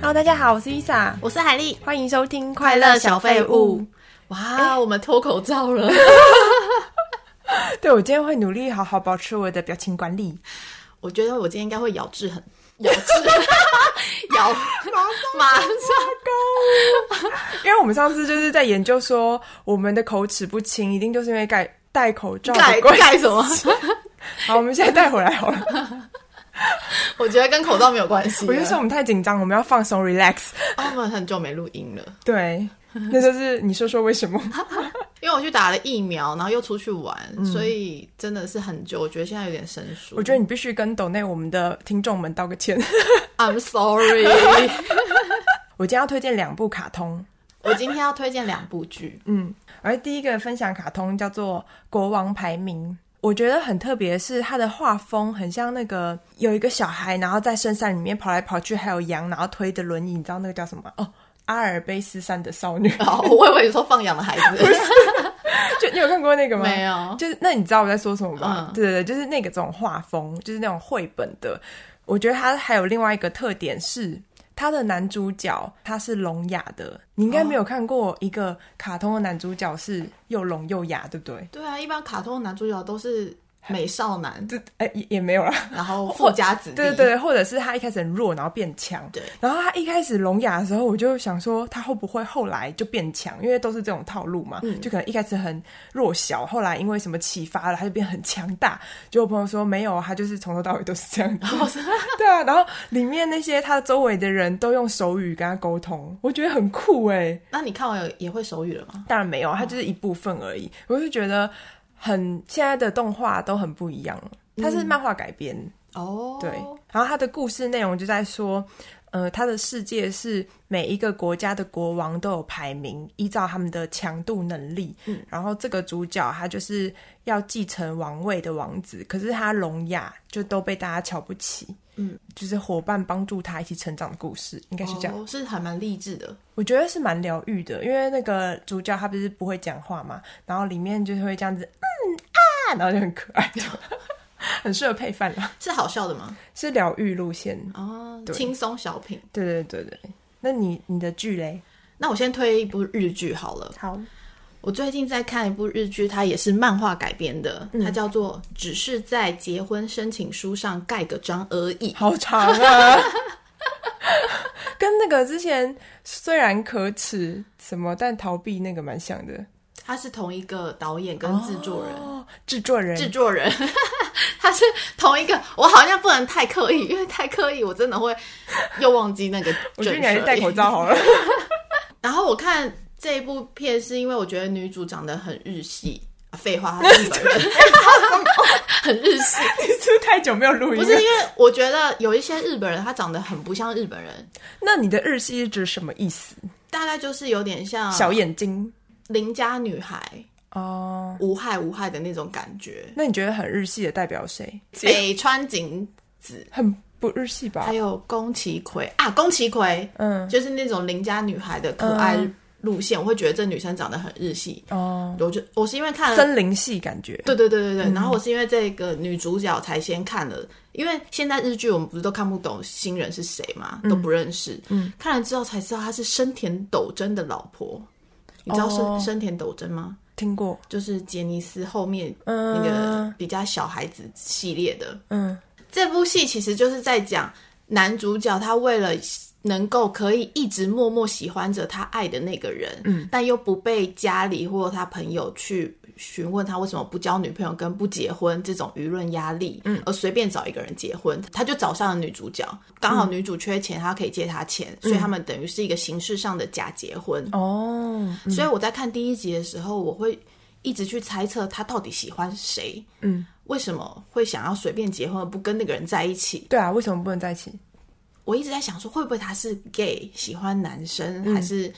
Hello，大家好，我是 Isa，我是海丽，欢迎收听《快快乐乐小小废废物物》。哇，我们脱口罩了， 对我今天会努力好好保持我的表情管理。我觉得我今天应该会咬字很咬字 咬马上因为我们上次就是在研究说，我们的口齿不清，一定就是因为盖戴口罩的盖关系。盖什么？好，我们现在戴回来 好了。 我觉得跟口罩没有关系了。我就说我们太紧张，我们要放松，relax。啊我们很久没录音了， 对，那就是你说说为什么？因为我去打了疫苗，然后又出去玩，所以真的是很久。我觉得现在有点生疏。我觉得你必须跟抖内我们的听众们道个歉。 I'm sorry。 我今天要推荐两部卡通，我今天要推荐两部剧，，嗯，而第一个分享卡通叫做《国王排名》，我觉得很特别，是它的画风很像那个有一个小孩，然后在深山里面跑来跑去，还有羊，然后推着轮椅，你知道那个叫什么吗？哦，阿尔卑斯山的少女 哦，我以为你说放养的孩子，就你有看过那个吗？没有。就是那你知道我在说什么吧？嗯对对对，就是那个这种画风，就是那种绘本的。我觉得它还有另外一个特点是，它的男主角他是聋哑的。你应该哦没有看过一个卡通的男主角是又聋又哑，对不对？对啊，一般卡通男主角都是美少男，这哎、也也没有啦。然后富家子弟。对对对，或者是他一开始很弱，然后变强。对，然后他一开始聋哑的时候，我就想说他会不会后来就变强，因为都是这种套路嘛，就可能一开始很弱小，后来因为什么启发了，他就变很强大。就我朋友说没有，他就是从头到尾都是这样子。 对啊，然后里面那些他周围的人都用手语跟他沟通，我觉得很酷哎、那你看完有也会手语了吗？当然没有，它就是一部分而已。我就觉得很现在的动画都很不一样了，它是漫画改编。哦，对，然后他的故事内容就在说，呃，他的世界是每一个国家的国王都有排名，依照他们的强度能力。嗯，然后这个主角他就是要继承王位的王子，可是他聋哑，就都被大家瞧不起。嗯，就是伙伴帮助他一起成长的故事，应该是这样。哦，是还蛮励志的。我觉得是蛮疗愈的，因为那个主角他不是不会讲话嘛，然后里面就是会这样子，嗯啊，然后就很可 爱，就很适合配饭啦，是好笑的吗？是疗愈路线。哦，对轻松小品。对对对对，那你你的剧嘞？那我先推一部日剧好了。好，我最近在看一部日剧，它也是漫画改编的，它叫做《只是在结婚申请书上盖个章而已》。好长啊， 跟那个之前虽然可耻什么，但逃避那个蛮像的。它是同一个导演跟制作人，哦，制作人制作人， 他是同一个。我好像不能太刻意，因为太刻意我真的会又忘记那 个我觉得准你还是确戴口罩好 了。然后我看这一部片是因为我觉得女主长得很日系，啊废话，她 是日本人，很日系。你是不是太久没有录音 不了？是因为我觉得有一些日本人他长得很不像日本人，那你的日系是指什么意思？大概就是有点像小眼睛邻家女孩，哦。无害无害的那种感觉。那你觉得很日系的代表谁？北川景子很不日系吧还？有宫崎葵啊，宫崎葵嗯，就是那种邻家女孩的可爱路线，我会觉得这女生长得很日系。哦，我就我是因为看了森林系感觉。对对对对对，然后我是因为这个女主角才先看了，因为现在日剧我们不是都看不懂新人是谁嘛，都不认识。嗯，看了之后才知道她是深田斗真的老婆。你知道深、哦深田斗真吗？听过，就是杰尼斯后面嗯那个比较小孩子系列的、嗯这部戏，其实就是在讲男主角他为了能够可以一直默默喜欢着他爱的那个人，嗯，但又不被家里或他朋友去询问他为什么不交女朋友跟不结婚这种舆论压力，嗯，而随便找一个人结婚，他就找上了女主角，刚好女主缺钱，他可以借她钱，所以他们等于是一个形式上的假结婚。哦，所以我在看第一集的时候，我会一直去猜测他到底喜欢谁，嗯，为什么会想要随便结婚而不跟那个人在一起？对啊，为什么不能在一起？我一直在想说，会不会他是 gay，喜欢男生，嗯还是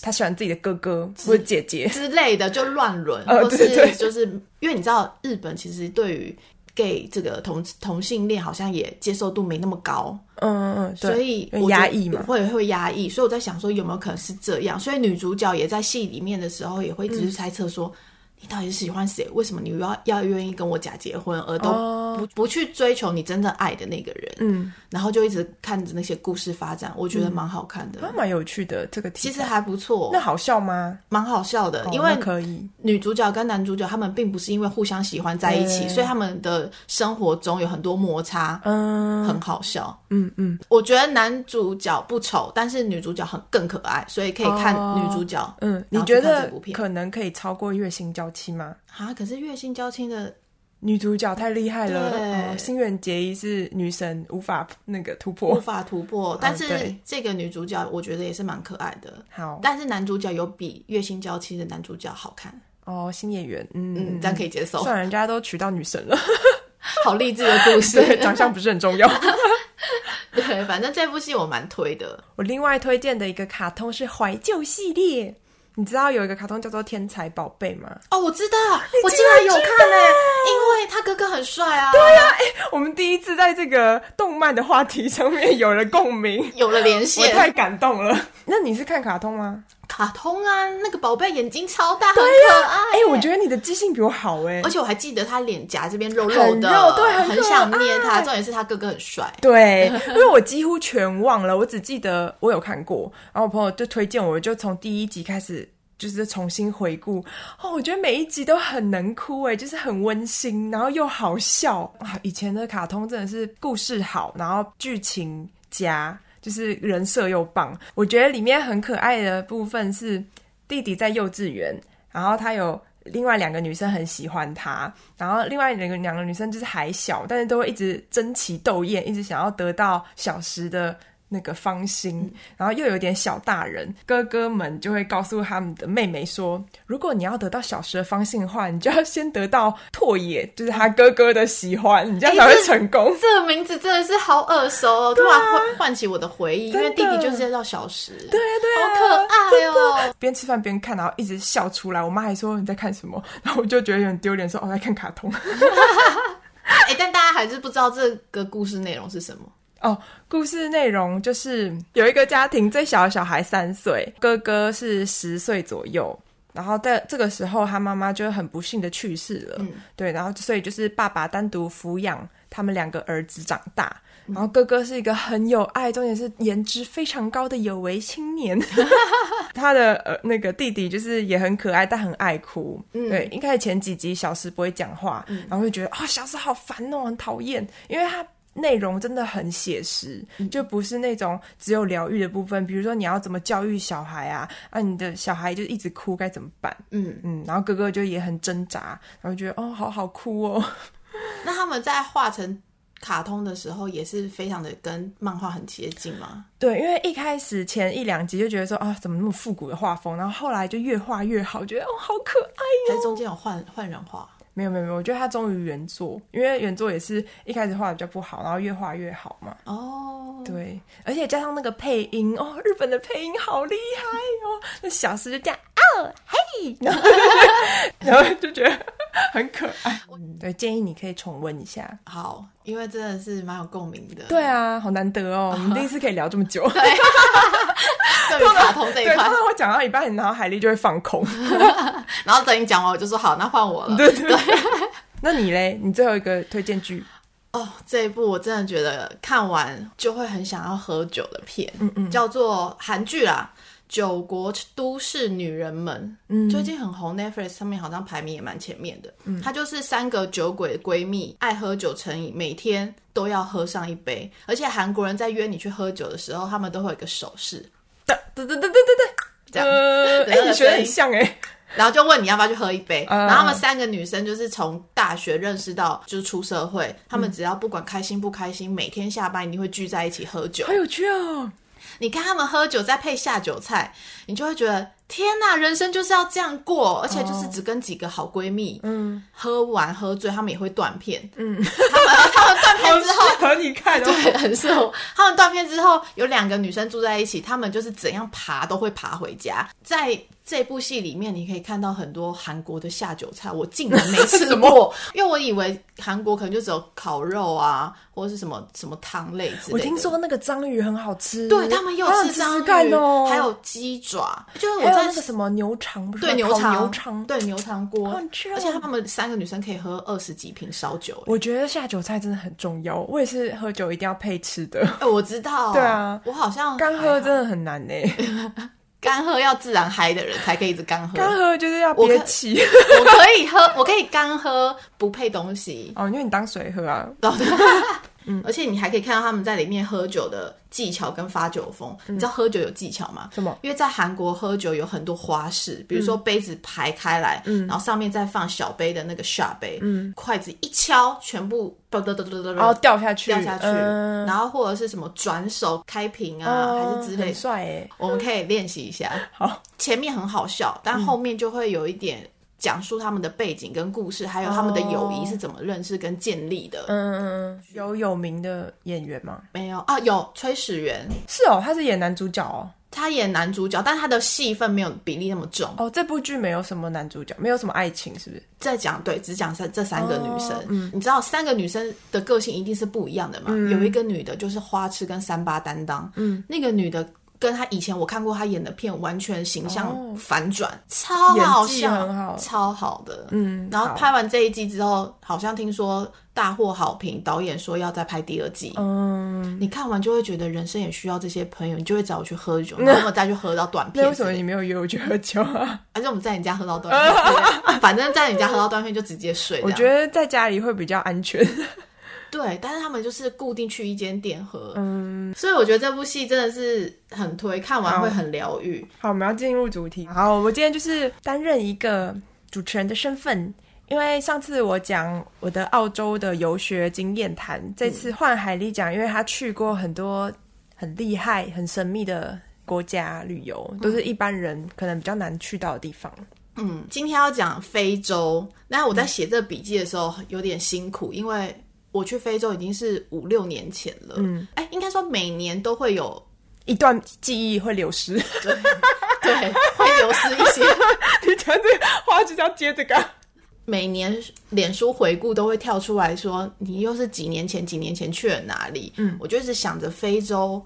他喜欢自己的哥哥或者姐姐。之类的，就乱伦，呃或对对是对就是因为你知道，日本其实对于 gay 这个同同性恋好像也接受度没那么高，嗯嗯嗯，对所以有点压抑嘛。会会压抑，所以我在想说有没有可能是这样，所以女主角也在戏里面的时候嗯也会一直去猜测说。你到底是喜欢谁？为什么你要要愿意跟我假结婚，而都不不去追求你真正爱的那个人，哦嗯，然后就一直看着那些故事发展，我觉得蛮好看的，那蛮有趣的这个题其材。实还不错啊那，好笑吗？蛮好笑的，哦因为那可以，女主角跟男主角他们并不是因为互相喜欢在一起，对所以他们的生活中有很多摩擦，嗯很好笑。嗯嗯，我觉得男主角不丑，但是女主角很更可爱，所以可以看哦女主角。嗯，然你后去觉看这得部片可能可以超过《月薪娇妻》吗？啊，可是月薪娇妻的女主角太厉害了，对哦、新垣结衣是女神，无法那个突无破。法突破，但是对这个女主角我觉得也是蛮可爱的。好但是男主角有比月薪娇妻的男主角好看，哦，新演员，嗯嗯，这样可以接受。算人家都娶到女 神了，好励志的故 事，对，长相不是很重要。对，反正这部戏我蛮推的。我另外推荐的一个卡通是怀旧系列，你知道有一个卡通叫做《天才宝贝》吗？哦，我知道，我竟然有看呢、因为他哥哥很帅啊，对啊， 我们第一次在这个动漫的话题上面有了共鸣，有了连我线。太感动了。那你是看卡通吗？卡通啊，那个宝贝眼睛超大，很可爱。哦哎、我觉得你的记性比我好哎、而且我还记得他脸颊这边肉很的，肉对很可很想捏他。爱重点是他哥哥很帅，对，因为我几乎全忘了，我只记得我有看过，然后我朋友就推荐我，我就从第一集开始。就是重新回顾哦，我觉得每一集都很能哭哎，就是很温馨，然后又好笑啊！以前的卡通真的是故事好，然后剧情佳，就是人设又棒。我觉得里面很可爱的部分是弟弟在幼稚园，然后他有另外两个女生很喜欢他，然后另外两个两个女生就是还小，但是都会一直争奇斗艳，一直想要得到小石的。那个芳心，然后又有点小大人，哥哥们就会告诉他们的妹妹说：如果你要得到小石的芳心的话，你就要先得到拓野，就是他哥哥的喜欢，你这样才诶会这成功。这个名字真的是好耳熟哦，突然唤唤起我的回忆，因为弟真的弟就是叫小石，对对、啊好可爱哦。边吃饭边看，然后一直笑出来。我妈还说你在看什么，然后我就觉得有点丢脸，说哦在看卡通。 哎，但大家还是不知道这个故事内容是什么。哦，故事内容就是有一个家庭，最小的小孩三岁，哥哥是十岁左右。然后在这个时候，他妈妈就很不幸的去世了。对，然后所以就是爸爸单独抚养他们两个儿子长大。然后哥哥是一个很有爱，重点是颜值非常高的有为青年。他的呃那个弟弟就是也很可爱，但很爱哭。对，一开始前几集小石不会讲话，然后就觉得哦小石好烦哦，很讨厌，因为他。内容真的很写实，就不是那种只有疗愈的部分。比如说，你要怎么教育小孩啊？啊，你的小孩就一直哭，该怎么办？嗯，嗯，然后哥哥就也很挣扎，然后觉得哦，好好哭哦。 那他们在画成卡通的时候，也是非常的跟漫画很接近吗？对，因为一开始前一两集就觉得说啊、怎么那么复古的画风，然后后来就越画越好，觉得哦，好可爱。还是中间有换换人画？没有没有没有，我觉得他忠于原作，因为原作也是一开始画的比较不好，然后越画越好嘛。哦，对，而且加上那个配音哦，日本的配音好厉害哦，那小石就这样哦嘿，然后然后就觉得很可爱。对，建议你可以重温一下。好，因为真的是蛮有共鸣的。对啊，好难得哦，我们第一次可以聊这么久。对于卡通这一对，块通，常我讲到一半，然后海丽就会放空。然后等你讲完，我就说好，那换我了。对对对。那你嘞？你最后一个推荐剧？哦，这一部我真的觉得看完就会很想要喝酒的片，嗯嗯，叫做韩剧啦，《九国都市女人们》，嗯，最近很红，Netflix 上面好像排名也蛮前面的，嗯，它就是三个酒鬼闺蜜爱喝酒成瘾，每天都要喝上一杯，而且韩国人在约你去喝酒的时候，他们都会有一个手势，对对对对对对，这样呃，对那哎，个你学的声很音像哎。然后就问你要不要去喝一杯。嗯然后他们三个女生就是从大学认识到就是出社会，她们只要不管开心不开心，每天下班一定会聚在一起喝酒好。有趣哦！你看他们喝酒再配下酒菜，你就会觉得天呐，人生就是要这样过，而且就是只跟几个好闺蜜，哦嗯，喝完喝醉，她们也会断片，嗯，她们她们断好片之适后。合你看哦。对，很适合。他们断片之后，有两个女生住在一起，她们就是怎样爬都会爬回家。在这部戏里面，你可以看到很多韩国的下酒菜，我竟然没 吃过，因为我以为韩国可能就只有烤肉啊，或者是什么什么汤类之类的。我听说那个章鱼很好吃，对他们又好想吃章吃看鱼，哦，还有鸡爪，就是我还有在那个什么牛肠，不是对吗牛烤肠牛肠，对牛肠锅好想吃哦，而且他们三个女生可以喝二十几瓶烧酒、欸。我觉得下酒菜真的很重要，我也是喝酒一定要配吃的，哎、我知道，对啊我好像干还好喝真的很难呢、干喝要自然嗨的人才可以一直干喝。干喝就是要我憋看气我可以喝，我可以干喝不配东西， 哦，因为你当水喝啊，嗯， 而且你还可以看到他们在里面喝酒的技巧跟发酒疯。你知道喝酒有技巧吗？嗯什么？嗯因为在韩国喝酒有很多花式，比如说杯子排开来，然后上面再放小杯的那个下杯，嗯，筷子一敲，全部 嘚嘚嘚嘚嘚然后哦掉下去，嗯掉下去，嗯、然后或者是什么转手开瓶啊，哦还是之类很的，帅哎、我们可以练习一下。好，前面很好笑，但后面就会有一点讲述他们的背景跟故事，还有他们的友谊是怎么认识跟建立的。嗯嗯嗯，有有名的演员吗？没有啊，有崔始源，是哦，他是演男主角哦。他演男主角，但他的戏份没有比例那么重。哦，这部剧没有什么男主角，没有什么爱情，是不是？再讲对，只讲三这三哦个女生，嗯你知道三个女生的个性一定是不一样的嘛？有一个女的就是花痴跟三八担当，嗯，那个女的。跟她以前我看过她演的片，完全形象哦反转，超好演技笑，很好超好的。嗯然后好拍完这一季之后，好像听说大获好评，导演说要再拍第二季。嗯，你看完就会觉得人生也需要这些朋友，你就会找我去 喝酒，然后再去喝到断片那之类的。为什么你没有约我去喝酒啊？还是我们在你家喝到断片？ 反正在你家喝到断片就直接睡这样。我觉得在家里会比较安 全。对，但是他们就是固定去一间店喝，嗯，所以我觉得这部戏真的是很推，看完会很疗愈。好，我们要进入主题。好，我今天就是担任一个主持人的身份。因为上次我讲我的澳洲的游学经验谈，这次换海丽讲，因为她去过很多很厉害、很神秘的国家旅游，都是一般人可能比较难去到的地方。嗯，今天要讲非洲，那我在写这笔记的时候有点辛苦，因为我去非洲已经是五六年前了。嗯，哎，应该说每年都会有， 一段记忆会流失。对，会流失一些。 你讲这个话就是要接这个啊。每年脸书回顾都会跳出来说，你又是几年前几年前去了哪里？嗯，我就一直想着非洲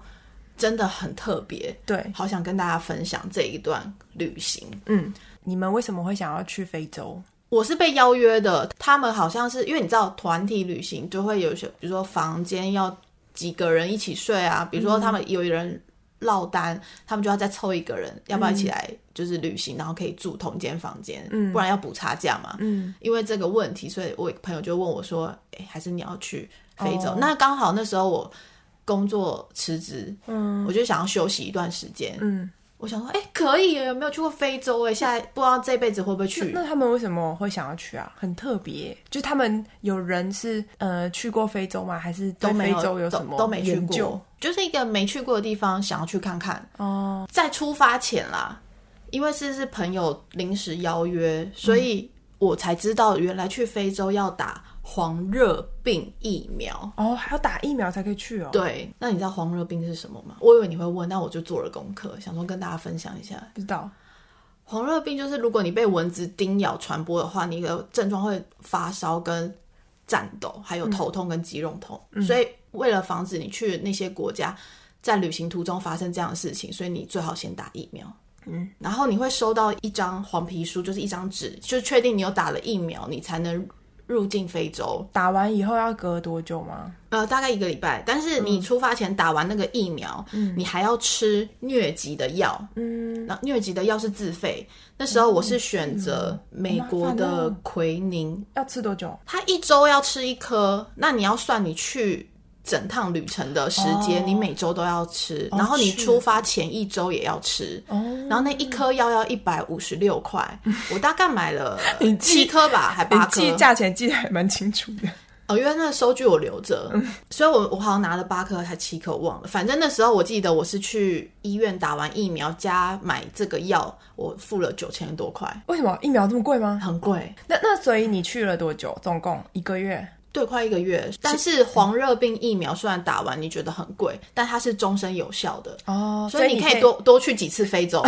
真的很特别，对，好想跟大家分享这一段旅行。嗯，你们为什么会想要去非洲？我是被邀约的，他们好像是因为你知道团体旅行就会有一些，比如说房间要几个人一起睡啊，比如嗯说他们有人落单，他们就要再凑一个人，要不要一嗯起来就是旅行，然后可以住同间房间，不然要补差价嘛。嗯，因为这个问题，所以我朋友就问我说：“哎、还是你要去非洲？”哦那刚好那时候我工作辞职，嗯我就想要休息一段时间。嗯，我想说，哎、可以耶，有没有去过非洲？哎，现在不知道这辈子会不会去。那他们为什么会想要去啊？很特别，就是他们有人是呃去过非洲吗？还是都对没非有洲有都什么都没去研究过？，就是一个没去过的地方，想要去看看。哦，在出发前啦，因为是是朋友临时邀约，所以我才知道原来去非洲要打黄热病疫苗。哦，还要打疫苗才可以去哦。，对，那你知道黄热病是什么吗？我以为你会问，那我就做了功课，想说跟大家分享一下。不知道。黄热病就是如果你被蚊子叮咬传播的话，你的症状会发烧跟战斗，还有头痛跟肌肉痛。所以为了防止你去那些国家在旅行途中发生这样的事情，所以你最好先打疫苗。嗯，然后你会收到一张黄皮书，就是一张纸，就确定你有打了疫苗，你才能入境非洲。打完以后要隔多久吗？呃，大概一个礼拜，但是你出发前打完那个疫苗，你还要吃疟疾的药，嗯，那疟疾的药是自费。那时候我是选择嗯美国哦的奎宁，要吃多久？它一周要吃一颗，那你要算你去整趟旅程的时间，哦你每周都要吃，然后你是出发前一周也要吃，哦，嗯然后那一颗药要一百五十六块，我大概买了 你记七颗吧，还你八颗，记价钱记得还蛮清楚的。哦，因为那个收据我留着，所以我我好像拿了八颗还七颗，我忘了。反正那时候我记得我是去医院打完疫苗加买这个药，我付了九千多块， 为什么疫苗这么贵吗？很贵。那那所以你去了多久？总共一个月？对，快一个月。但是黄热病疫苗虽然打完你觉得很贵，但它是终身有效的，哦，所以你可以多多去几次非 洲，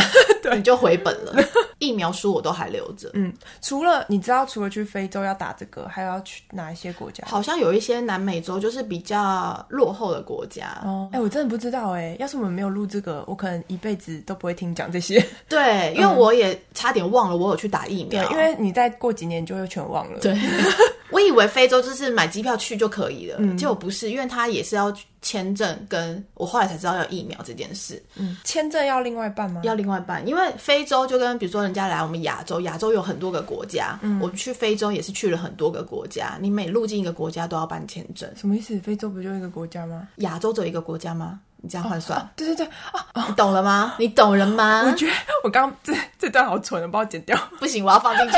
你就回本了。疫苗书我都还留着，嗯，除了你知道，除了去非洲要打这个，还要去哪一些国家？好像有一些南美洲就是比较落后的国家，哦，哎、我真的不知道哎、要是我们没有录这个，我可能一辈子都不会听讲这 些。对，因为我也差点忘了我有去打疫苗，因为你再过几年就会全忘了。啊对， 我以为非洲就是买机票去就可以了，结果不是，因为它也是要签证，跟我后来才知道要疫苗这件事，嗯，签证要另外办吗？要另外办。因为非洲就跟比如说人家来我们亚洲，亚洲有很多个国家，我们去非洲也是去了很多个国家，你每入境一个国家都要办签证。什么意思？非洲不就一个国家吗？亚洲只有一个国家吗？你这样换算，对对对啊！ 你懂了吗？哦你懂人吗？我觉得我刚 这这段好蠢，我帮我剪掉。不行，我要放进 去，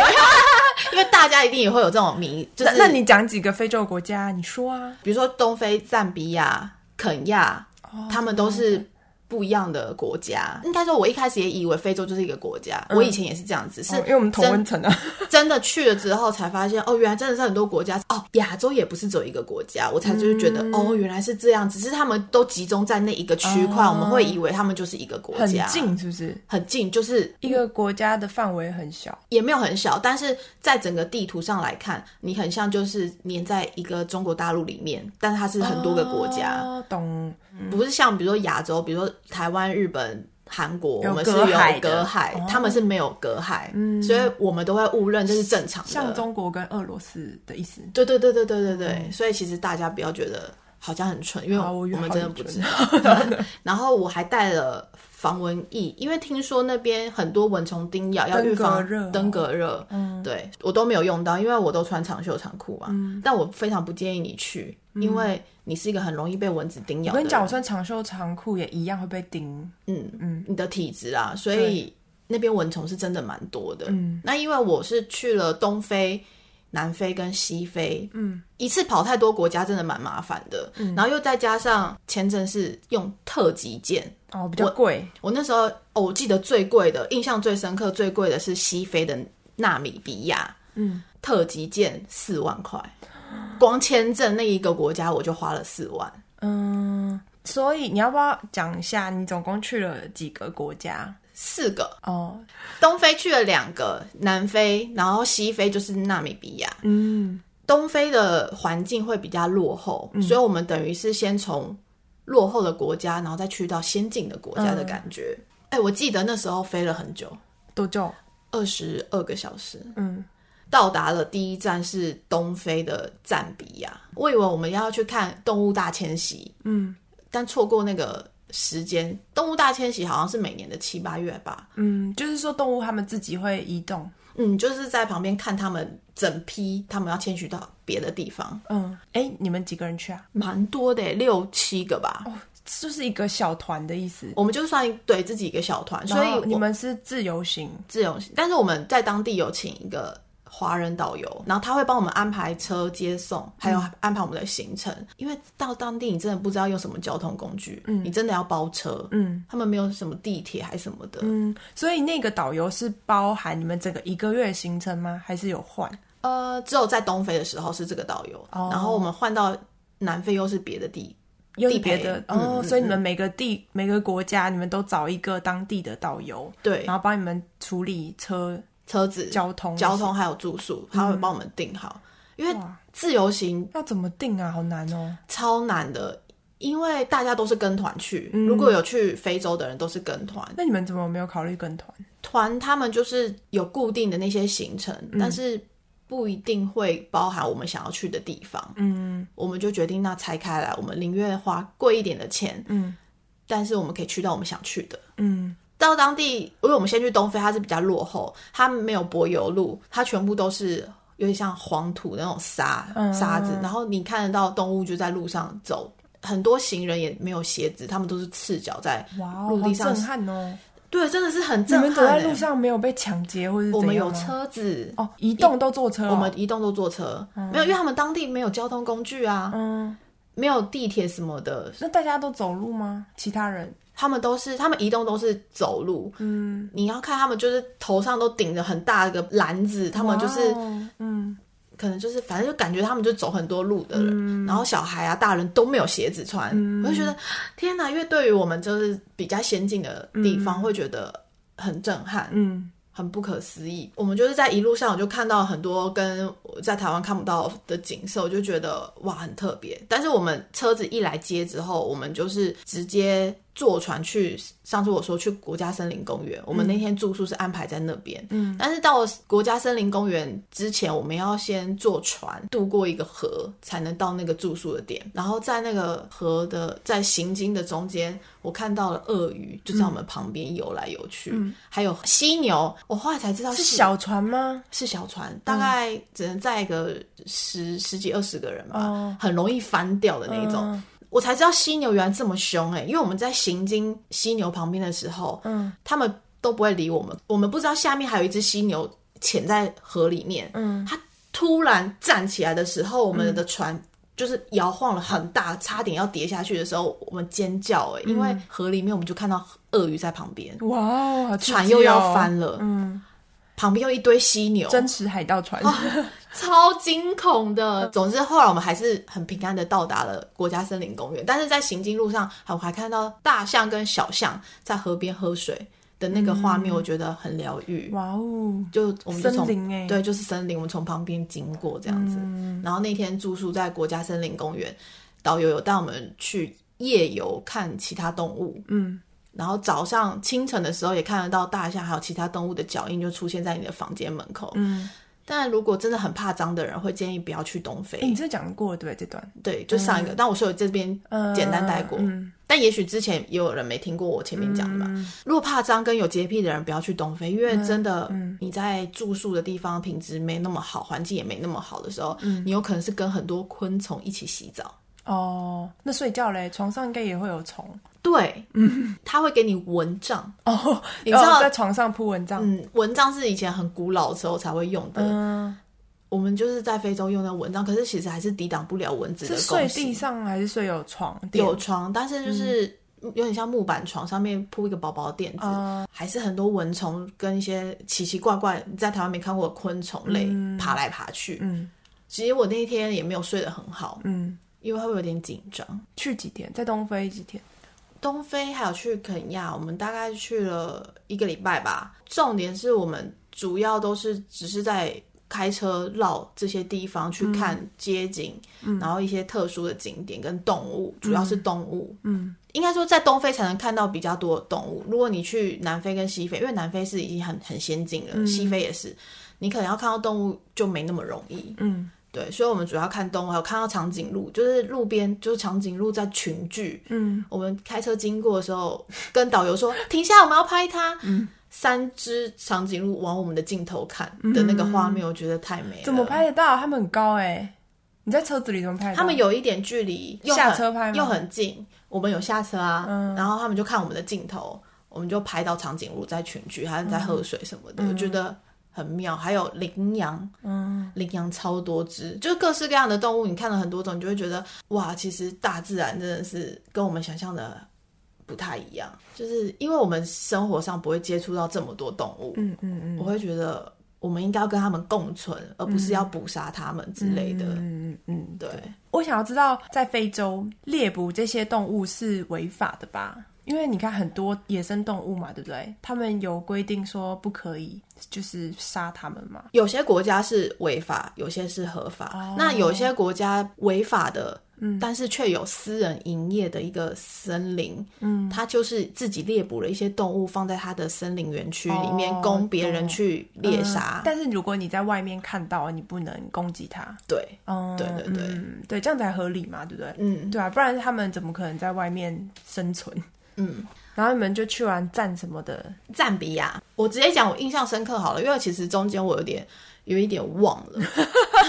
因为大家一定也会有这种迷，就是那那你讲几个非洲国家？你说啊。比如说东非、赞比亚、肯亚，哦他们都是不一样的国家。应该说，我一开始也以为非洲就是一个国家，我以前也是这样子，是嗯哦因为我们同温层啊，真真的去了之后才发现，哦，原来真的是很多国家哦，亚洲也不是只有一个国家，我才就是觉嗯得、哦，原来是这样，只是他们都集中在那一个区块，哦我们会以为他们就是一个国 很家，近是不是？很近，就是一个国家的范围很小，也没有很小，但是在整个地图上来看，你很像就是粘在一个中国大陆里面，但它是很多个国家。哦懂？不是像比如说亚洲，比如说台湾、日本、韩国，有我们是隔有海的哦嗯隔海，他们是没有隔海，所以我们都会误认这是正常像的。中国跟俄罗斯的意思。对对对对对对对，所以其实大家不要觉得好像很蠢，因为好我我觉得们好真的愚不蠢知道。 然后我还带了防蚊液，因为听说那边很多蚊虫叮咬，要预防登革热哦登革热。嗯，对我都没有用到，因为我都穿长袖长裤嘛。嗯但我非常不建议你去，因为你是一个很容易被蚊子叮咬我跟的人。你讲，我穿长袖长裤也一样会被叮。嗯嗯，你的体质啊，所以那边蚊虫是真的蛮多的。嗯，那因为我是去了东非、南非跟西非，嗯，一次跑太多国家真的蛮麻烦的。嗯，然后又再加上签证是用特级件，哦，比较贵我那时候、哦、我记得最贵的，印象最深刻、最贵的是西非的纳米比亚，嗯，特级件四万块，光签证那一个国家我就花了四万。嗯，所以你要不要讲一下你总共去了几个国家？四个，哦，东非去了两个，南非，然后西非就是纳米比亚。嗯，东非的环境会比较落后，所以我们等于是先从落后的国家，然后再去到先进的国家的感觉。哎、我记得那时候飞了很久，多久？二十二个小时，嗯，到达了第一站是东非的赞比亚。我以为我们要去看动物大迁徙，嗯，但错过那个时间。动物大迁徙好像是每年的七八月吧，嗯，就是说动物它们自己会移动。嗯，就是在旁边看他们整批，他们要迁徙到别的地方，嗯，哎、你们几个人去啊？蛮多的耶，六七个吧。哦，就是一个小团的意思。我们就算对自己一个小团，所然后以你我们是自由行，自由行，但是我们在当地有请一个华人导游，然后他会帮我们安排车接送，还有安排我们的行程。因为到当地你真的不知道用什么交通工具，嗯，你真的要包车，嗯，他们没有什么地铁还什么的，嗯，所以那个导游是包含你们整个一个月的行程吗？还是有换？呃，只有在东非的时候是这个导游，然后我们换到南非又是别的地。又是地陪别的嗯哦，嗯所以你们每个地、每个国家，你们都找一个当地的导游，对然后帮你们处理车车子、呃交通交通还有住宿，他会帮我们订好。因为嗯哇自由行要怎么定啊？好难哦。超难的，因为大家都是跟团去，嗯如果有去非洲的人都是跟团，那你们怎么没有考虑跟团？团他们就是有固定的那些行程，嗯但是不一定会包含我们想要去的地方。嗯，我们就决定那拆开来，我们宁愿花贵一点的钱，嗯，但是我们可以去到我们想去的。嗯，到当地，因为我们先去东非，它是比较落后，它没有柏油路，它全部都是有点像黄土那种沙嗯沙子，然后你看得到动物就在路上走，很多行人也没有鞋子，他们都是赤脚在哇哦，嗯陆好地上。震撼哦！对，真的是很你震撼、们走在路欸上没有被抢劫或者是我们怎样有吗车子，哦，嗯移动都坐车哦、我们移动都坐车，没有，因为他们当地没有交通工具啊，嗯，没有地铁什么的，那大家都走路吗？其他人他们都是他们移动都是走路，嗯，你要看他们就是头上都顶着很大的个篮子，他们就是哇哦嗯，可能就是反正就感觉他们就走很多路的人，然后小孩啊、大人都没有鞋子穿，我就觉得天哪！因为对于我们就是比较先进的地方，会觉得很震撼，嗯，很不可思议。我们就是在一路上，我就看到很多跟我在台湾看不到的景色，我就觉得哇，很特别。但是我们车子一来接之后，我们就是直接坐船去。上次我说去国家森林公园，我们那天住宿是安排在那边，嗯，但是到国家森林公园之前，我们要先坐船渡过一个河，才能到那个住宿的点。然后在那个河的在行经的中间，我看到了鳄鱼就在我们旁边游来游去，还有犀牛。我后来才知道嗯是小船吗？是小船，大概只能载个十、十几二十个人吧，哦很容易翻掉的那种。嗯我才知道犀牛原来这么凶哎、因为我们在行经犀牛旁边的时候，嗯，他们都不会理我们，我们不知道下面还有一只犀牛潜在河里面，嗯，它突然站起来的时候，我们的船。就是摇晃了很大，差点要跌下去的时候，我们尖叫嗯哎、因为河里面我们就看到鳄鱼在旁边，哇哦，好刺船激又要哦翻了，嗯，旁边又一堆犀牛，真实海盗船，哦超惊恐的。嗯总之，后来我们还是很平安的到达了国家森林公园，但是在行进路上，我还看到大象跟小象在河边喝水的那个画面，我觉得很疗愈。哇哦，就我们就嗯森从林哎，对，就是森林，我们从旁边经过这样子。嗯然后那天住宿在国家森林公园，导游有带我们去夜游看其他动物。嗯，然后早上清晨的时候也看得到大象，还有其他动物的脚印就出现在你的房间门口。嗯，但如果真的很怕脏的人，会建议不要去东非。哎，你这讲过对不对？这段对，就上一个，但我说我这边嗯简单带过，嗯但也许之前也有人没听过我前面讲的嘛。如果怕脏跟有洁癖的人，不要去东非，因为真的嗯你在住宿的地方品质没那么好，环境也没那么好的时候，嗯你有可能是跟很多昆虫一起洗澡。哦，那睡觉嘞，床上应该也会有虫 对，嗯，它会给你蚊帐，哦，你知哦道在床上铺蚊帐，嗯，蚊帐是以前很古老的时候才会用的，嗯，我们就是在非洲用的蚊帐，可是其实还是抵挡不了蚊子的是攻睡击。地上还是睡有床垫？有床，但是就是有点像木板床，上面铺一个薄薄的垫子，还是很多蚊虫跟一些奇奇怪怪你在台湾没看过的昆虫类、爬来爬去。嗯，其实我那一天也没有睡得很好，嗯，因为会有点紧张。去几天？在东非几天？东非还有去肯亚，我们大概去了一个礼拜吧。重点是我们主要都是只是在开车绕这些地方去看街景，然后一些特殊的景点跟动物，主要是动物。嗯，应该说在东非才能看到比较多的动物。如果你去南非跟西非，因为南非是已经很很先进了，西非也是，你可能要看到动物就没那么容易。嗯，对，所以我们主要看动物，还有看到长颈鹿，就是路边就是长颈鹿在群聚，嗯，我们开车经过的时候，跟导游说停下，我们要拍它。三只长颈鹿往我们的镜头看的那个画面，我觉得太美了。怎么？拍得到？他们很高哎，你在车子里怎么拍得到？他们有一点距离，又下很车拍吗嗯又很近。我们有下车啊，然后他们就看我们的镜头，我们就拍到长颈鹿在群居，还有在喝水什么的，我觉得很妙。还有羚羊，嗯，羚羊超多只，就是各式各样的动物，你看了很多种，你就会觉得哇，其实大自然真的是跟我们想象的不太一样。就是因为我们生活上不会接触到这么多动物，嗯嗯嗯我会觉得我们应该要跟他们共存，而不是要捕杀他们之类的。嗯嗯嗯嗯，对，我想要知道，在非洲猎捕这些动物是违法的吧？因为你看很多野生动物嘛，对不对？他们有规定说不可以，就是杀它们嘛。有些国家是违法，有些是合法。哦那有些国家违法的，嗯但是却有私人营业的一个森林，嗯，他就是自己猎捕了一些动物，放在他的森林园区里面，哦供别人去猎杀。但是如果你在外面看到，你不能攻击它。对，嗯，对对对嗯对，这样才合理嘛，对不对？嗯对啊，不然他们怎么可能在外面生存？嗯。然后你们就去玩站什么的，赞比亚，我直接讲我印象深刻好了，因为其实中间我有点有一点忘 了，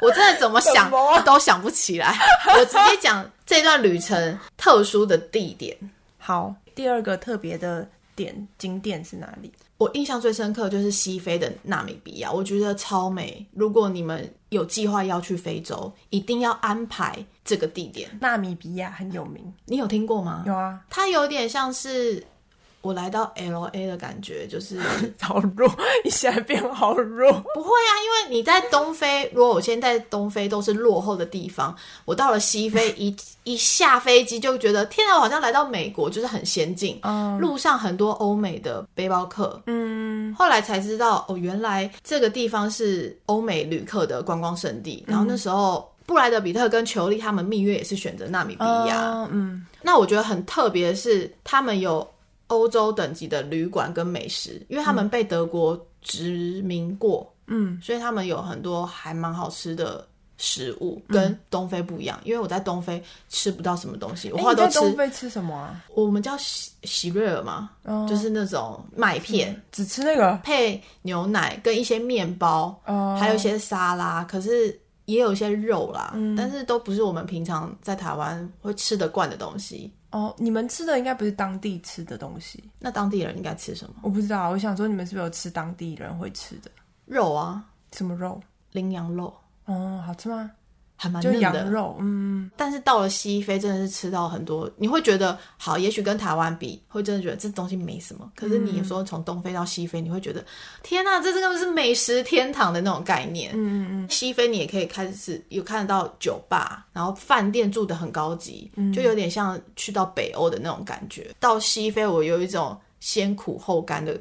我真的怎么想什么都想不起来。我直接讲这段旅程特殊的地点。好，第二个特别的点景点是哪里？我印象最深刻就是西非的纳米比亚，我觉得超美。如果你们有计划要去非洲，一定要安排这个地点。纳米比亚很有名，你有听过吗？有啊，它有点像是，我来到 L A 的感觉就是好弱，一下变好弱。不会啊，因为你在东非，如果我现在在东非都是落后的地方，我到了西非一一下飞机就觉得天啊，我好像来到美国，就是很先进。嗯路上很多欧美的背包客， 嗯，后来才知道哦，原来这个地方是欧美旅客的观光胜嗯地。然后那时候。布莱德比特跟裘丽他们蜜月也是选择纳米比亚，哦嗯，那我觉得很特别的是，他们有欧洲等级的旅馆跟美食，因为他们被德国殖民过，嗯，所以他们有很多还蛮好吃的食物，嗯跟东非不一样。因为我在东非吃不到什么东西，我哎后来你在都吃，东非吃什么啊？我们叫喜喜瑞尔嘛，哦就是那种麦片。只吃那个配牛奶跟一些面包，哦，还有一些沙拉，可是也有一些肉啦，嗯但是都不是我们平常在台湾会吃得惯的东西。哦，你们吃的应该不是当地吃的东西，那当地人应该吃什么？我不知道。我想说你们是不是有吃当地人会吃的肉啊，什么肉？羚羊肉哦，好吃吗？还蛮就嫩羊的。肉，嗯，但是到了西非，真的是吃到很多，你会觉得好，也许跟台湾比，会真的觉得这东西没什么。可是你有嗯时候从东非到西非，你会觉得天呐，这真的是美食天堂的那种概念。嗯嗯嗯。西非你也可以开始有看得到酒吧，然后饭店住的很高级，就有点像去到北欧的那种感觉。到西非，我有一种先苦后甘的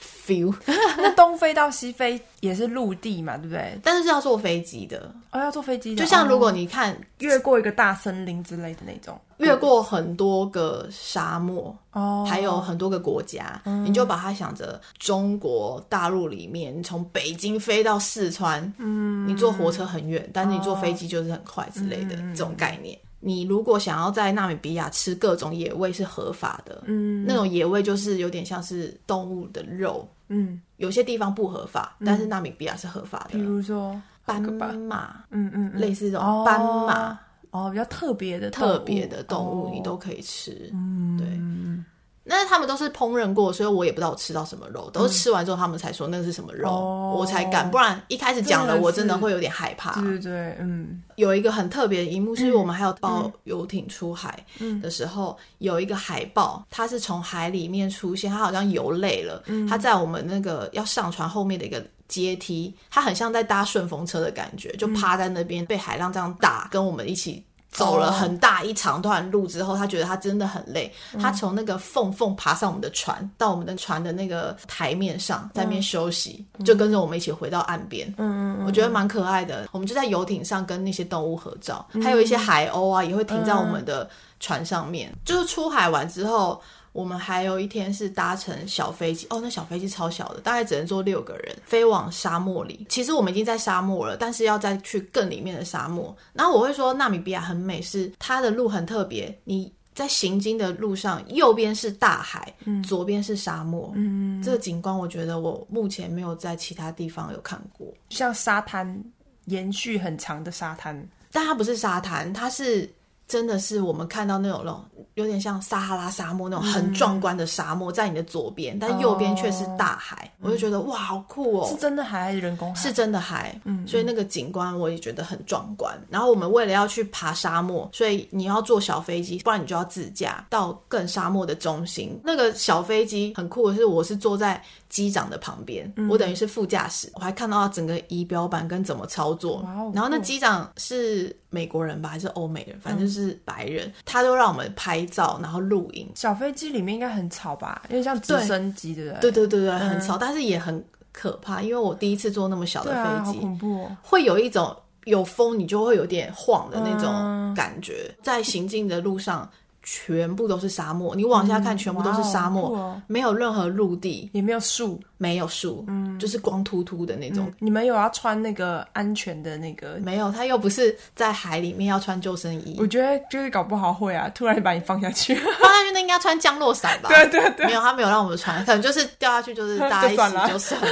feel，那东非到西非也是陆地嘛，对不对？但是是要坐飞机的，哦，要坐飞机的，就像如果哦你看越过一个大森林之类的那种，越过很多个沙漠，哦，嗯还有很多个国家，你就把它想着中国大陆里面，你从北京飞到四川，嗯，你坐火车很远，但是你坐哦飞机就是很快之类的、嗯这种概念。你如果想要在纳米比亚吃各种野味是合法的，嗯，那种野味就是有点像是动物的肉，嗯，有些地方不合法，但是纳米比亚是合法比的，如说斑好可怕马，嗯嗯嗯，类似这哦种斑马，哦，比较特别的特别的动物哦嗯你都可以吃，对。那他们都是烹饪过，所以我也不知道我吃到什么肉，都是吃完之后他们才说那是什么嗯肉，哦我才敢，不然一开始讲真了的是我真的会有点害怕。哦对对对，嗯，有一个很特别的一幕是我们还有抱游艇出海的时候，有一个海豹，它是从海里面出现，它好像游累了，它在我们那个要上船后面的一个。阶梯，它很像在搭顺风车的感觉，就趴在那边被海浪这样打，跟我们一起走了很大一长段路之后，他觉得他真的很累，他从那个缝缝爬上我们的船，到我们的船的那个台面上，在那边休息，就跟着我们一起回到岸边。嗯嗯，我觉得蛮可爱的。我们就在游艇上跟那些动物合照，还有一些海鸥啊，也会停在我们的船上面。就是出海完之后。我们还有一天是搭乘小飞机，哦，那小飞机超小的，大概只能坐六个人，飞往沙漠里。其实我们已经在沙漠了，但是要再去更里面的沙漠。然后我会说，纳米比亚很美是，它的路很特别，你。在行经的路上，右边是大海，左边是沙漠。嗯，这个景观我觉得我目前没有在其他地方有看过。就像沙滩延续很长的沙滩，但它不是沙滩，它是真的是我们看到那种那种有点像撒哈拉沙漠那种很壮观的沙漠，在你的左边，但右边却是大海。我就觉得哇，好酷是哦！真的海还是人工海？是真的海，嗯，所以那个景观我也觉得很壮观。然后我们为了要去爬沙漠，所以你要坐小飞机，不然你就要自驾到更沙漠的中心。那个小飞机很酷的是，我是坐在机长的旁边，嗯我等于是副驾驶，我还看到整个仪表板跟怎么操作。哇哦然后那酷嗯机长是美国人吧，还是欧美人，反正就是白人，他都让我们拍照，然后录影。小飞机里面应该很吵吧？有点像直升机，对不对对？对对对，嗯很吵，但是也很可怕，因为我第一次坐那么小的对啊，飞好机，恐怖哦！会有一种有风你就会有点晃的那嗯种感觉。在行进的路上，全部都是沙漠，你往下看全部都是沙哇哦漠，酷哦没有任何陆地，也没有树，没有树，嗯就是光秃秃的那种。你们有要穿那个安全的那个？没有，它又不是在海里面要穿救生衣我，觉得就是搞不好会啊，突然就把你放下去。放下去那应该穿降落伞 吧？对对对，没有，他没有让我们穿，可能就是掉下去就是大家一 就算了起就算了，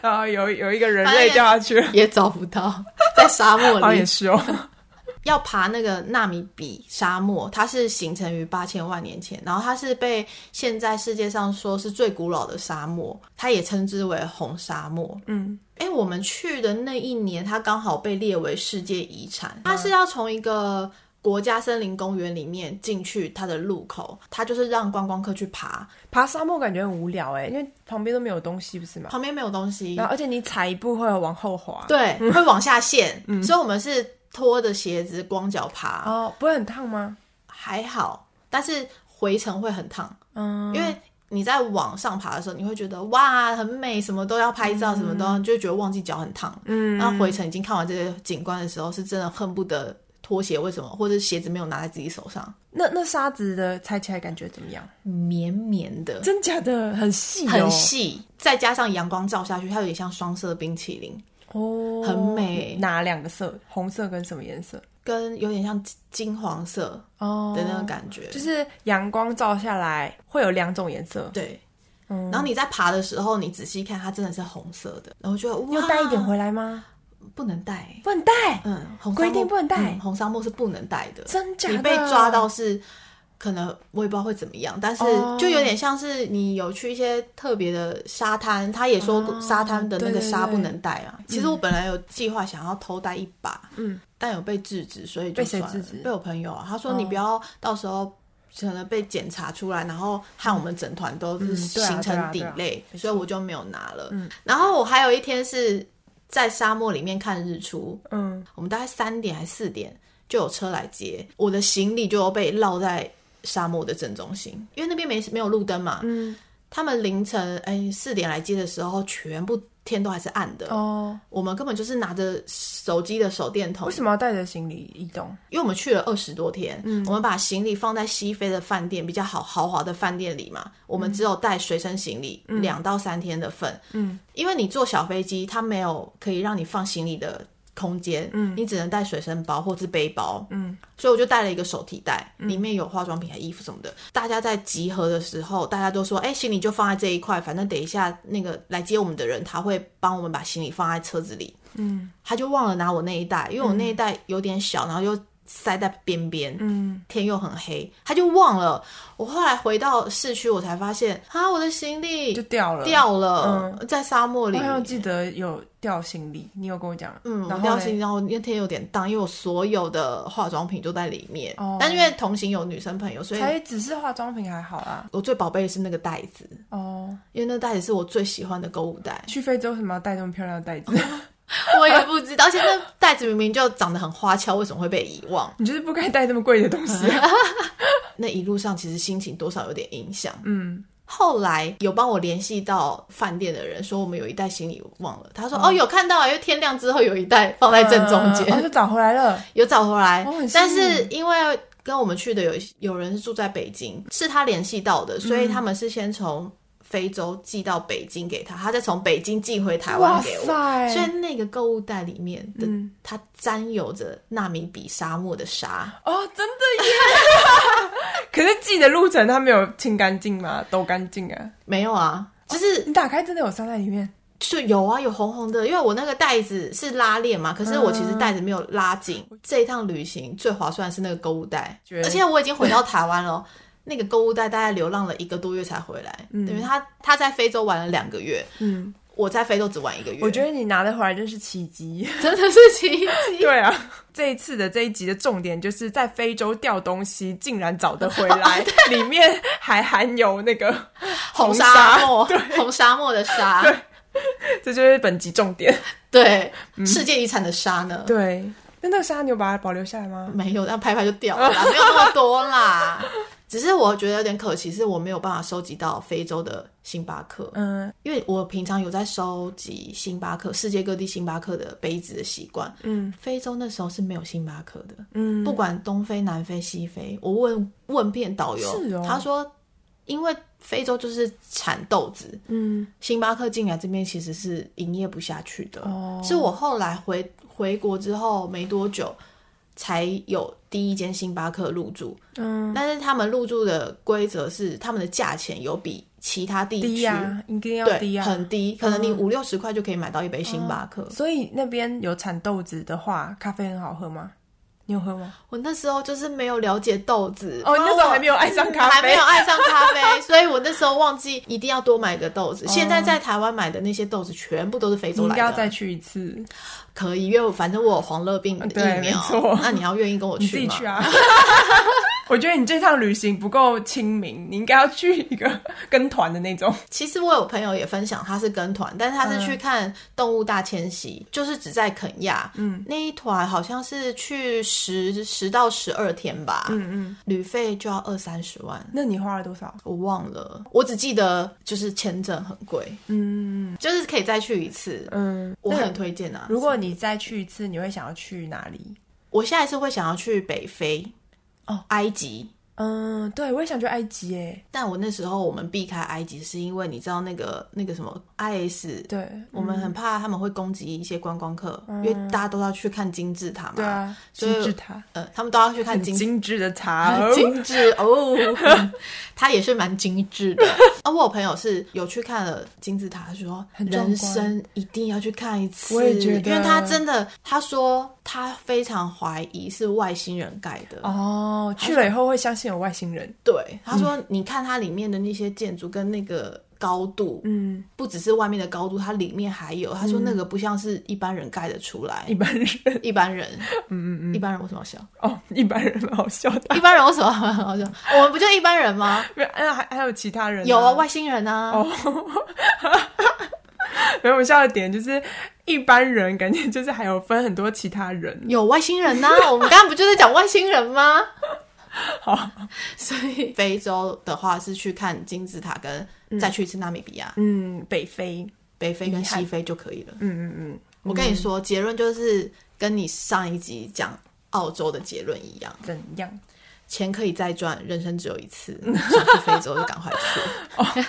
然后有有一个人反正类也掉下去，也找不到，在沙好漠像里也是 哦。要爬那个纳米比沙漠，它是形成于八千万年前，然后它是被现在世界上说是最古老的沙漠，它也称之为红沙漠。嗯，哎，我们去的那一年，它刚好被列为世界遗产，它是要从一个。国家森林公园里面进去它的入口，它就是让观光客去爬，爬沙漠感觉很无聊哎、因为旁边都没有东西，不是吗？旁边没有东西然，后而且你踩一步会往后滑，，对，会往下陷，所以我们是拖着鞋子光脚爬，哦，不会很烫吗？还好，但是回程会很烫，嗯，因为你在往上爬的时候，你会觉得哇很美，什么都要拍照，什么都要，就会觉得忘记脚很烫。嗯，那回程已经看完这些景观的时候，是真的恨不得拖鞋，为什么？或者鞋子没有拿在自己手上，那那沙子的踩起来感觉怎么样？绵绵的。真假的，很细、哦，很细，再加上阳光照下去，它有点像双色冰淇淋，哦，很美哪两个色？红色跟什么颜色？跟有点像金金黄色哦的那种感觉。就是阳光照下来会有两种颜色，嗯对，然后你在爬的时候，你仔细看，它真的是红色的，然后就你哇，有带一点回来吗？啊不能带，不能带，嗯，红规沙漠定不能带嗯红沙漠是不能带的，真假的？你被抓到是可能我也不知道会怎么样，但是哦就有点像是你有去一些特别的沙滩，他也说沙滩的那对个对沙哦对不能带啊。其实我本来有计划想要偷带一把，嗯，但有被制止，所以就被谁算了制止哦被我朋友啊，他说你不要到时候。可能被检查出来，然后害我们整团都是嗯对啊形成对啊 delay，、对啊嗯所以我就没有拿了。然后我还有一天是在沙漠里面看日出，嗯，我们大概三点还四点就有车来接，我的行李就被落在沙漠的正中心，因为那边没没有路灯嘛。嗯，他们凌晨哎四点来接的时候，全部天都还是暗的。哦，我们根本就是拿着手机的手电筒为，什么要带着行李移动？因为我们去了二十多天，我们把行李放在西非的饭店比较好豪华的饭店里嘛，我们只有带随身行李两、到三天的份，嗯，因为你坐小飞机，它没有可以让你放行李的空间，嗯，你只能带随身包或是背包，嗯，所以我就带了一个手提袋，里面有化妆品、还衣服什么的。大家在集合的时候，大家都说，哎、行李就放在这一块，反正等一下那个来接我们的人，他会帮我们把行李放在车子里，他就忘了拿我那一袋，因为我那一嗯袋有点小，然后又塞在边边，嗯，天又很黑，他就忘了。我后来回到市区，我才发现啊，我的行李就掉了，。嗯掉了，在沙漠我里好。像记得有掉行李，你有跟我讲，嗯，我然后掉嘞行李，然后那天有点荡，因为我所有的化妆品都在里面。哦但因为同行有女生朋友，所以才只是化妆品还好啦。我最宝贝的是那个袋子，哦，因为那袋子是我最喜欢的购物 袋。去非洲为什么要带这么漂亮的袋子？ 我也不知道，而且那袋子明明就长得很花俏，为什么会被遗忘？你就是不该带这么贵的东西、啊 那一路上其实心情多少有点影响。嗯，后来有帮我联系到饭店的人，说我们有一袋行李忘了。他说：“哦，有看到啊，因为天亮之后有一袋放在正中间，嗯哦就找回来了。有找回来。哦很幸但是因为跟我们去的有有人是住在北京，是他联系到的，所以他们是先从非洲寄到北京给他，他再从北京寄回台湾哇给我。塞！所以那个购物袋里面的，嗯它沾有着纳米比沙漠的沙，哦，真的耶！ 可是寄的路程他没有清干净吗？抖干净啊！没有啊，就是你打开真的有沙在里面，就有啊，有红红的，因为我那个袋子是拉链嘛，可是我其实袋子没有拉紧。这一趟旅行最划算的是那个购物袋觉，得而且我已经回到台湾 了，那个购物袋大概流浪了一个多月才回来，等于他他在非洲玩了两个月，嗯，我在非洲只玩一个月，我觉得你拿得回来真是奇迹。得真的是奇迹。 对啊， 这一次的这一集的重点就是在非洲掉东西，竟然找得回 来，里面还含有那个， 红沙沙 漠，红沙漠的沙，这就是本集重点。对，嗯世界遗产的沙呢？对，那那个沙你有把它保留下来吗？没有，但拍拍就掉了 啦，没有那么多啦。只是我觉得有点可惜，是我没有办法收集到非洲的星巴克。嗯，因为我平常有在收集星巴克世界各地星巴克的杯子的习惯，嗯，非洲那时候是没有星巴克的，嗯，不管东非、南非、西非，我问问遍导游，是哦他说因为非洲就是产豆子，嗯，星巴克进来这边其实是营业不下去的，哦是我后来回回国之后没多久才有第一间星巴克入驻，嗯，但是他们入驻的规则是他们的价钱有比其他地低区呀、啊，一定要对，低呀、啊。嗯很低，可能你五六十块就可以买到一杯星巴克。所以那边有产豆子的话，咖啡很好喝吗？你有喝吗？我那时候就是没有了解豆子，哦，你那时候还没有爱上咖啡，还没有爱上咖 啡，所以我那时候忘记一定要多买个豆子。现在在台湾买的那些豆子全部都是非哦你洲应来该要的，再去一次。可以，因为我反正我有黄热病的嗯对疫没苗错，那你要愿意跟 我你自去己吗？去啊。我觉得你这趟旅行不够亲民，你应该要去一个跟团的那种。其实我有朋友也分享，他是跟团，但是他嗯是去看动物大迁徙，就是只在肯亚，嗯，那一团好像是去十十到十二天吧，嗯嗯，旅费就要二三十万。那你花了多少？我忘了，我只记得就是签证很贵，嗯，就是可以再去一次，嗯，我很推荐啊。如果你再去一次，你会想要去哪里？我下一次会想要去北非，哦，埃及，嗯，对，我也想去埃及诶。但我那时候我们避开埃及，是因为你知道那个那个什么 IS，对，我们很怕他们会攻击一些观光客，因为大家都要去看金字塔嘛。嗯对啊，所以金字塔，呃，他们都要去看金字精致的茶哦，精致哦， 他也是蛮精致的。啊，我有朋友是有去看了金字塔，他说很壮观人生一定要去看一次，我也觉得因为他真的，他说他非常怀疑是外星人盖的。哦，去了以后会相信有外星人。对，他嗯说你看它里面的那些建筑跟那个高度，嗯，不只是外面的高度，它里面还有。他说那个不像是一般人盖得出来，一般人一般人，嗯嗯嗯，一般人为什么要笑？ 哦，一般人蛮好笑的。一般人为什么很好笑？我们不就一般人吗？没有，哎还还有其他人、有啊，外星人啊，没有我笑的点就是，一般人感觉就是还有分很多其他人。有外星人呐、 我们刚刚不就在讲外星人吗？所以非洲的话是去看金字塔，跟再去一次纳米比亚、嗯，北非，北非跟遗憾西非就可以了。嗯嗯嗯，我跟你说，结论就是跟你上一集讲澳洲的结论一样，怎样？钱可以再赚，人生只有一次，想去非洲就赶快 去。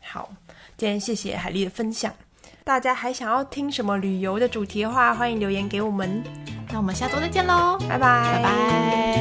好，今天谢谢海丽的分享。大家还想要听什么旅游的主题的话，欢迎留言给我们。那我们下周再见喽，拜拜，拜拜拜。